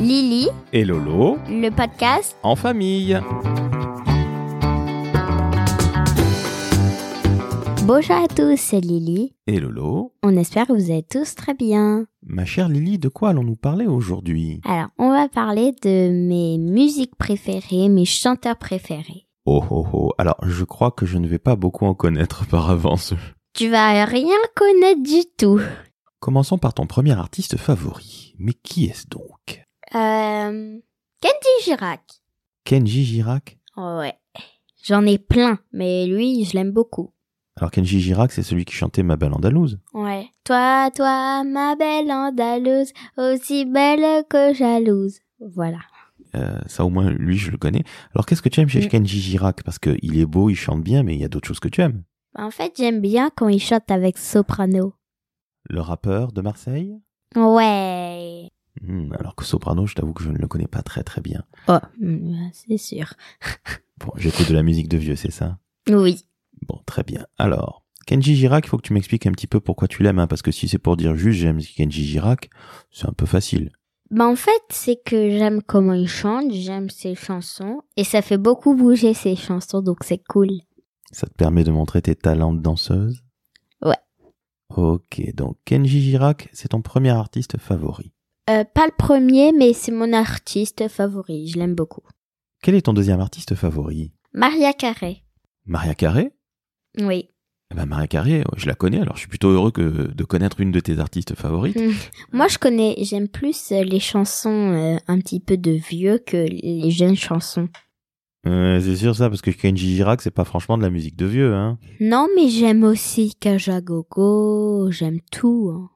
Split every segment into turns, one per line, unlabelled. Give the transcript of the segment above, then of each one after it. Lily,
et Lolo
le podcast.
en famille.
Bonjour à tous, c'est Lily.
Et Lolo,
On espère que vous allez tous très bien.
ma chère Lily, de quoi allons-nous parler aujourd'hui
Alors, on va parler de mes musiques préférées, mes chanteurs préférés.
Oh oh oh, alors je crois que je ne vais pas beaucoup en connaître par avance.
Tu vas rien connaître du tout.
Commençons par ton premier artiste favori. Mais qui est-ce donc
Euh, Kenji Girac.
Kenji Girac
Ouais. J'en ai plein, mais lui, je l'aime beaucoup.
Alors Kenji Girac, c'est celui qui chantait Ma Belle Andalouse.
Ouais. Toi, toi, ma belle Andalouse, aussi belle que jalouse. Voilà.
Euh, ça au moins, lui, je le connais. Alors qu'est-ce que tu aimes chez
Mm.
Kenji Girac Parce qu'il est beau, il chante bien, mais il y a d'autres choses que tu aimes.
En fait, j'aime bien quand il chante avec soprano.
Le rappeur de Marseille
Ouais.
Hmm, Alors que Soprano, je t'avoue que je ne le connais pas très très bien.
Oh, mm, c'est sûr.
Bon, j'écoute de la musique de vieux, c'est ça
Oui.
Bon, très bien. Alors, Kenji Girac, il faut que tu m'expliques un petit peu pourquoi tu l'aimes, hein, parce que si c'est pour dire juste j'aime Kenji Girac, c'est un peu facile.
Bah en fait, c'est que j'aime comment il chante, j'aime ses chansons, et ça fait beaucoup bouger ses chansons, donc c'est cool.
Ça te permet de montrer tes talents de danseuse
Ouais.
Ok, donc Kenji Girac, c'est ton premier artiste favori.
Euh, pas le premier, mais c'est mon artiste favori, je l'aime beaucoup.
Quel est ton deuxième artiste favori
Maria Carré.
Maria Carré
Oui.
eh ben Maria Carré, je la connais, alors je suis plutôt heureux que, de connaître une de tes artistes
Hmm.
favorites.
Moi, je connais, j'aime plus euh, les chansons euh, un petit peu de vieux que les jeunes chansons.
Euh, c'est sûr ça, parce que Kenji Girac, c'est pas franchement de la musique de vieux, hein.
Non, mais j'aime aussi Kajagogo, j'aime tout. hein.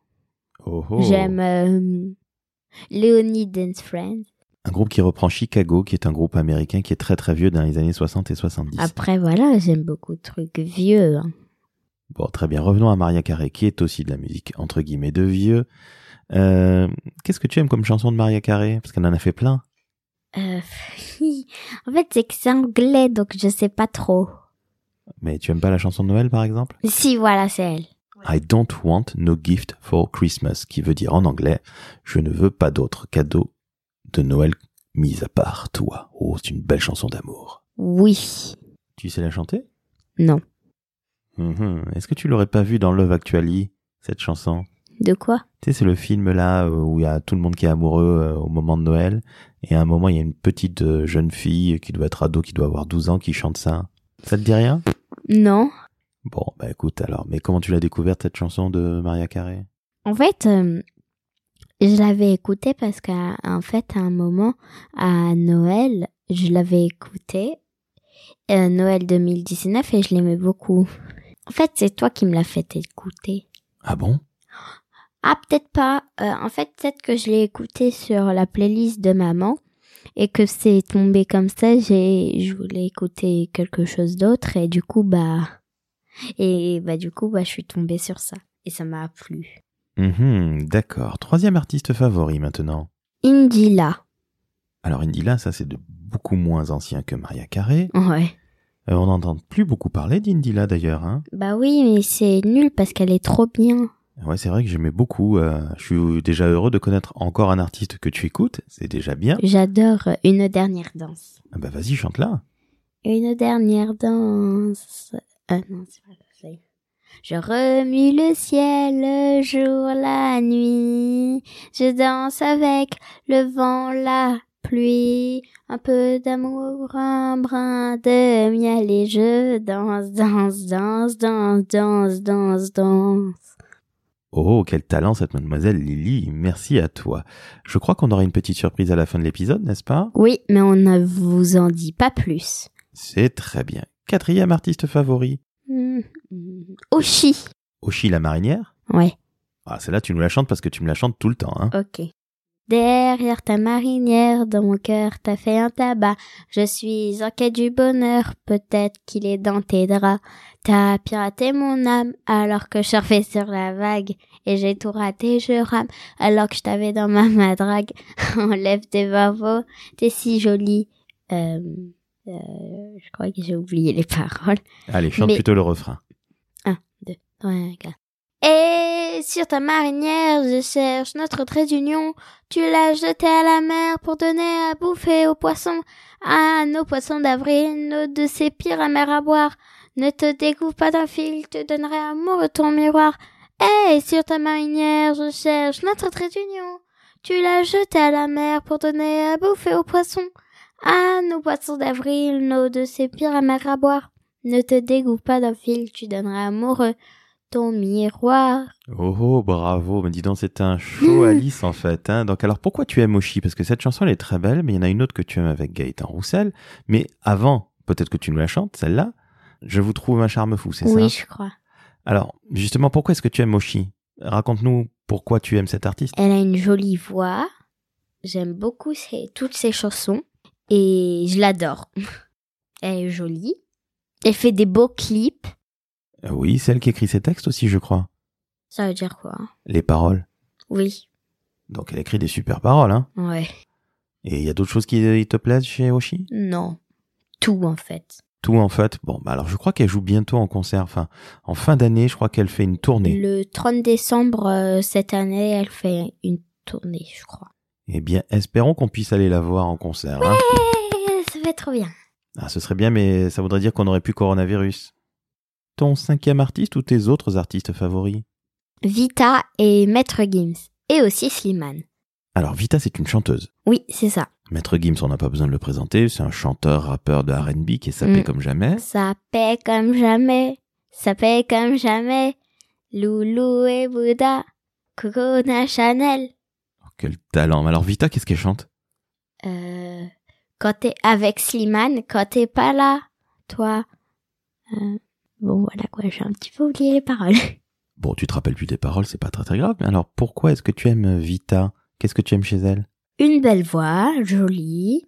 Oh, oh.
J'aime euh, Léonie Dance Friend.
Un groupe qui reprend Chicago, qui est un groupe américain qui est très très vieux dans les années 60 et 70.
Après, voilà, j'aime beaucoup de trucs vieux. hein.
Bon, très bien. Revenons à Maria Carré, qui est aussi de la musique entre guillemets de vieux. Euh, Qu'est-ce que tu aimes comme chanson de Maria Carré Parce qu'elle en a fait plein.
Euh, en fait, c'est que c'est anglais, donc je sais pas trop.
Mais tu aimes pas la chanson de Noël, par exemple
Si, voilà, c'est elle.
I don't want no gift for Christmas, qui veut dire en anglais Je ne veux pas d'autre cadeau de Noël mis à part toi. Oh, c'est une belle chanson d'amour.
Oui.
Tu sais la chanter
Non.
Mhm. Est-ce que tu l'aurais pas vue dans Love Actually, cette chanson
De quoi
Tu sais, c'est le film là euh, où il y a tout le monde qui est amoureux euh, au moment de Noël. Et à un moment, il y a une petite euh, jeune fille qui doit être ado, qui doit avoir 12 ans, qui chante ça. Ça te dit rien
Non.
Bon, bah écoute alors, mais comment tu l'as découverte cette chanson de Maria Carré
En fait, euh, je l'avais écoutée parce qu'à en fait, à un moment, à Noël, je l'avais écoutée, euh, Noël 2019, et je l'aimais beaucoup. En fait, c'est toi qui me l'as fait écouter.
Ah bon
Ah, peut-être pas. Euh, en fait, peut-être que je l'ai écoutée sur la playlist de maman et que c'est tombé comme ça. J'ai, je voulais écouter quelque chose d'autre et du coup, bah, et bah, du coup, bah, je suis tombée sur ça et ça m'a plu.
Mhm, D'accord. Troisième artiste favori maintenant.
Indila.
Alors Indila, ça c'est de beaucoup moins ancien que Maria Carré.
Ouais.
Euh, on n'entend plus beaucoup parler d'Indila d'ailleurs. Hein
Bah oui, mais c'est nul parce qu'elle est trop bien.
ouais, c'est vrai que j'aimais beaucoup. euh, je suis déjà heureux de connaître encore un artiste que tu écoutes. C'est déjà bien.
J'adore euh, une dernière danse.
Ah bah vas-y, chante là.
Une dernière danse. Ah non, c'est pas ça. y est. Je remue le ciel le jour, la nuit. Je danse avec le vent, la pluie. Un peu d'amour, un brin de miel et je danse, danse, danse, danse, danse, danse, danse.
Oh, quel talent cette mademoiselle Lily, merci à toi. Je crois qu'on aura une petite surprise à la fin de l'épisode, n'est-ce pas
Oui, mais on ne vous en dit pas plus.
C'est très bien. Quatrième artiste favori,
Hmm, hmm. Oshi.
Oshi la marinière.
Ouais.
Ah, celle-là, tu nous la chantes parce que tu me la chantes tout le temps. Hein.
Ok. Derrière ta marinière, dans mon cœur, t'as fait un tabac. Je suis en quête du bonheur, peut-être qu'il est dans tes draps. T'as piraté mon âme, alors que je surfais sur la vague. Et j'ai tout raté, je rame, alors que je t'avais dans ma madrague. Enlève tes bavos, t'es si jolie. Euh, euh, je crois que j'ai oublié les paroles.
Allez, chante
Euh, Mais-
plutôt le refrain.
Ouais, regarde. Et sur ta marinière, je cherche notre trait d'union. Tu l'as jeté à la mer pour donner à bouffer aux poissons. Ah, nos poissons d'avril, nos de ces pires amers à boire. Ne te découvre pas d'un fil, te donnerai amour ton miroir. Et sur ta marinière, je cherche notre trait d'union. Tu l'as jeté à la mer pour donner à bouffer aux poissons. Ah, nos poissons d'avril, nos de ces pires amers à boire. Ne te dégoûte pas d'un fil, tu donneras euh, amoureux ton miroir.
Oh, oh, bravo. Mais dis donc, c'est un show Alice, en fait. hein. Donc, alors, pourquoi tu aimes Oshi Parce que cette chanson, elle est très belle, mais il y en a une autre que tu aimes avec Gaëtan Roussel. Mais avant, peut-être que tu nous la chantes, celle-là. Je vous trouve un charme fou, c'est
Oui,
ça
je crois.
Alors, justement, pourquoi est-ce que tu aimes Oshi Raconte-nous pourquoi tu aimes cet artiste.
Elle a une jolie voix. J'aime beaucoup ses- toutes ses chansons. Et je l'adore. Elle est jolie. Elle fait des beaux clips.
Euh, Oui, celle qui écrit ses textes aussi, je crois.
Ça veut dire quoi hein
Les paroles.
Oui.
Donc, elle écrit des super paroles, hein.
Ouais.
Et il y a d'autres choses qui euh, te plaisent chez Oshi
Non. Tout, en fait.
Tout, en fait. Bon, bah alors, je crois qu'elle joue bientôt en concert. Enfin, en fin d'année, je crois qu'elle fait une tournée.
Le 30 décembre, euh, cette année, elle fait une tournée, je crois.
Eh bien, espérons qu'on puisse aller la voir en concert. hein.
Eh, ça va être trop bien.
Ah, ce serait bien, mais ça voudrait dire qu'on n'aurait plus coronavirus. Ton cinquième artiste ou tes autres artistes favoris
Vita et Maître Gims. Et aussi Slimane.
Alors, Vita, c'est une chanteuse.
Oui, c'est ça.
Maître Gims, on n'a pas besoin de le présenter. C'est un chanteur, rappeur de RB qui est sapé
Mm.
comme jamais.
Ça paie comme jamais, ça paie comme jamais. Loulou et Bouddha, Coconut Chanel.
Oh, quel talent. Mais Alors, Vita, qu'est-ce qu'elle chante
Euh, quand t'es avec Slimane, quand t'es pas là, toi. Euh, bon, voilà quoi, j'ai un petit peu oublié les paroles.
Bon, tu te rappelles plus des paroles, c'est pas très très grave. Mais alors, pourquoi est-ce que tu aimes euh, Vita Qu'est-ce que tu aimes chez elle
Une belle voix, jolie.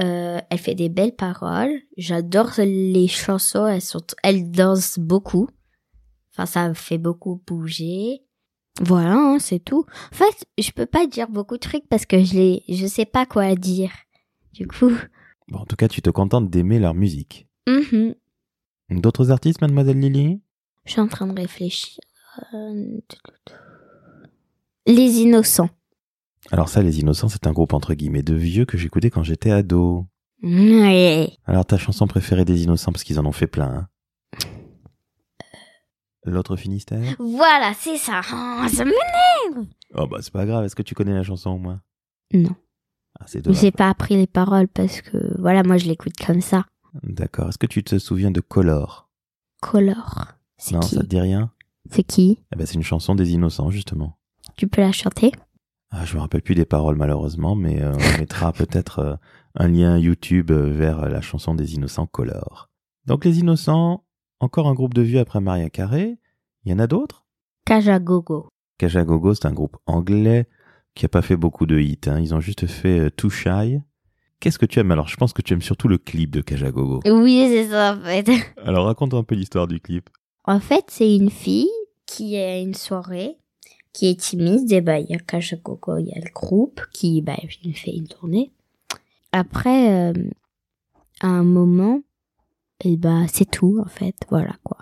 Euh, elle fait des belles paroles. J'adore les chansons, elles, sont, elles dansent beaucoup. Enfin, ça me fait beaucoup bouger. Voilà, hein, c'est tout. En fait, je peux pas dire beaucoup de trucs parce que je les, je sais pas quoi dire. Du coup,
Bon, en tout cas, tu te contentes d'aimer leur musique.
mhm.
D'autres artistes, mademoiselle Lily
je suis en train de réfléchir. Euh, Les innocents.
Alors ça, Les Innocents, c'est un groupe entre guillemets de vieux que j'écoutais quand j'étais ado.
Ouais.
Alors ta chanson préférée des Innocents, parce qu'ils en ont fait plein. hein.
Euh.
L'autre Finistère
Voilà, c'est ça. Oh, ça me-
Oh bah c'est pas grave, est-ce que tu connais la chanson au moins
Non.
Ah c'est
Mais
dommage.
j'ai pas appris les paroles parce que voilà, moi je l'écoute comme ça.
D'accord, est-ce que tu te souviens de Color
Color. C'est
Non,
qui
ça te dit rien
C'est qui
Eh ben c'est une chanson des Innocents justement.
Tu peux la chanter
Ah, je me rappelle plus des paroles malheureusement, mais euh, on mettra peut-être euh, un lien YouTube euh, vers euh, la chanson des Innocents Color. Donc les Innocents, encore un groupe de vieux après Maria Carré. Il y en a d'autres
Kajagogo.
Kajagogo, c'est un groupe anglais qui a pas fait beaucoup de hits. hein. Ils ont juste fait euh, Too Shy. Qu'est-ce que tu aimes Alors, je pense que tu aimes surtout le clip de Kajagogo.
Oui, c'est ça en fait.
Alors, raconte un peu l'histoire du clip.
En fait, c'est une fille qui est à une soirée, qui est timide, et bah, il y a Kajagogo, il y a le groupe qui bah, il fait une tournée. Après, euh, à un moment, et bah, c'est tout en fait, voilà quoi.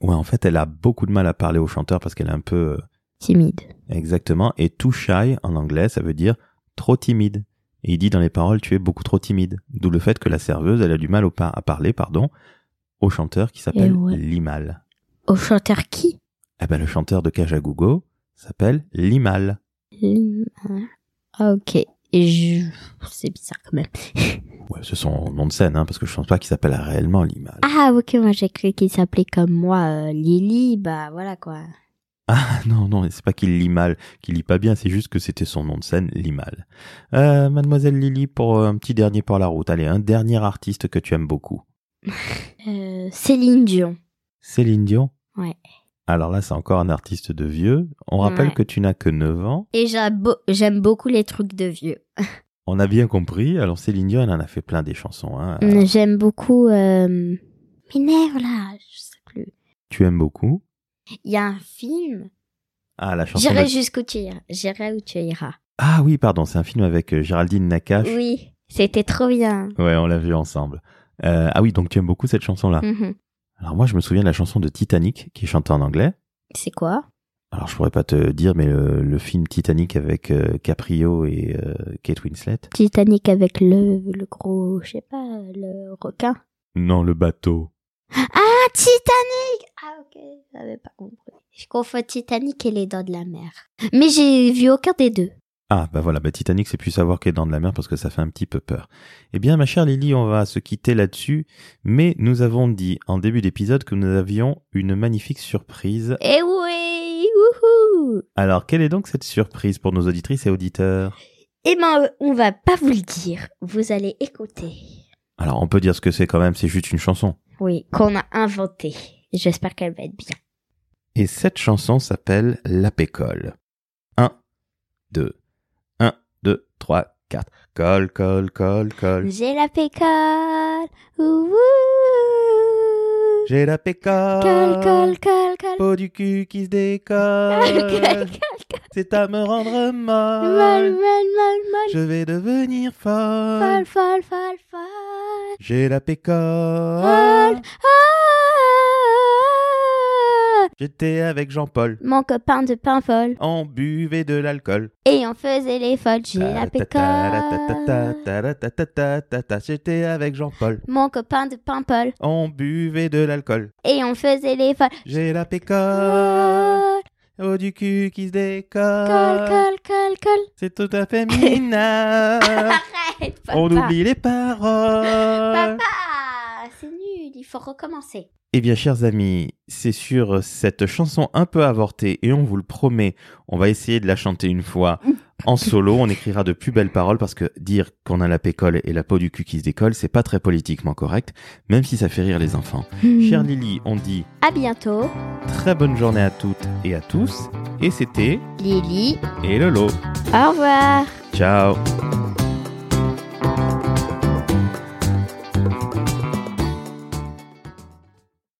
Ouais, en fait, elle a beaucoup de mal à parler au chanteur parce qu'elle est un peu... euh,
Timide.
Exactement. Et Too Shy, en anglais, ça veut dire trop timide. Et il dit dans les paroles, tu es beaucoup trop timide. D'où le fait que la serveuse, elle a du mal au par- à parler, pardon, au chanteur qui s'appelle
ouais.
Limal.
Au chanteur qui
Eh ben, le chanteur de Kajagogo s'appelle Limal.
Lima. Ah, ok. Et je... C'est bizarre quand même.
Ouais, c'est son nom de scène, hein, parce que je pense pas qu'il s'appelle réellement Limal.
Ah ok, moi j'ai cru qu'il s'appelait comme moi euh, Lily, bah voilà quoi.
Ah non, non, c'est pas qu'il lit mal, qu'il lit pas bien, c'est juste que c'était son nom de scène, Limal. Euh, Mademoiselle Lily, pour euh, un petit dernier pour la route, allez, un dernier artiste que tu aimes beaucoup.
Euh, Céline Dion.
Céline Dion
Ouais.
Alors là, c'est encore un artiste de vieux. On rappelle
Ouais.
que tu n'as que 9 ans.
Et j'a- bo- j'aime beaucoup les trucs de vieux.
On a bien compris. Alors Céline Dion, elle en a fait plein des chansons. Hein. Euh,
Mm, J'aime beaucoup... Euh... Minerve là, je sais plus.
Tu aimes beaucoup.
Il y a un film.
Ah, la chanson.
J'irai
de-
jusqu'où tu iras. J'irai où tu iras.
Ah oui, pardon, c'est un film avec euh, Géraldine Nakache.
Oui, c'était trop bien.
Ouais, on l'a vu ensemble. Euh, ah oui, donc tu aimes beaucoup cette chanson-là.
Mhm.
Alors moi, je me souviens de la chanson de Titanic qui est chantée en anglais.
C'est quoi
alors je pourrais pas te dire, mais le, le film Titanic avec euh, Caprio et euh, Kate Winslet.
Titanic avec le, le gros, je sais pas, le requin.
Non, le bateau.
Ah, Titanic Ah, ok, j'avais pas compris. Je confonds Titanic et les dents de la mer. Mais j'ai vu aucun des deux.
Ah, bah voilà, bah Titanic, c'est plus savoir qu'est dans de la mer parce que ça fait un petit peu peur. Eh bien, ma chère Lily, on va se quitter là-dessus, mais nous avons dit en début d'épisode que nous avions une magnifique surprise.
Eh oui Wouhou
Alors, quelle est donc cette surprise pour nos auditrices et auditeurs
Eh ben, on va pas vous le dire. Vous allez écouter.
Alors, on peut dire ce que c'est quand même, c'est juste une chanson.
Oui, qu'on a inventé. J'espère qu'elle va être bien.
Et cette chanson s'appelle La Pécole. 1, 2, 1, 2, 3, 4. Colle, colle, colle, colle.
J'ai la pécole Ouh
J'ai la pécole.
Colle, colle, colle, colle
Peau du cul qui se
Colle, colle,
décolle.
colle
C'est à me rendre
Molle, molle,
molle.
molle, molle
Je vais devenir folle.
Folle, folle, folle, folle
J'ai la pécole.
Folle Ah
J'étais avec Jean-Paul.
Mon copain de pain folle
On buvait de l'alcool.
Et on faisait les folles J'ai la pécole
Ta-ta-ta-ta-ta-ta-ta-ta-ta-ta-ta. J'étais avec Jean-Paul.
Mon copain de pain folle
On buvait de l'alcool.
Et on faisait les folles
J'ai la pécole.
Colle,
Oh du cul qui se
colle, colle,
décolle.
colle, colle
C'est tout à fait minable.
Arrête, papa
On oublie les paroles.
Papa C'est nul, il faut recommencer.
Eh bien, chers amis, c'est sur cette chanson un peu avortée, et on vous le promet, on va essayer de la chanter une fois en solo. On écrira de plus belles paroles parce que dire qu'on a la pécole et la peau du cul qui se décolle, c'est pas très politiquement correct, même si ça fait rire les enfants.
Mm.
Chère Lily, on dit
Hmm. À bientôt,
très bonne journée à toutes et à tous, et c'était
Lily.
Et Lolo.
Au revoir.
Ciao.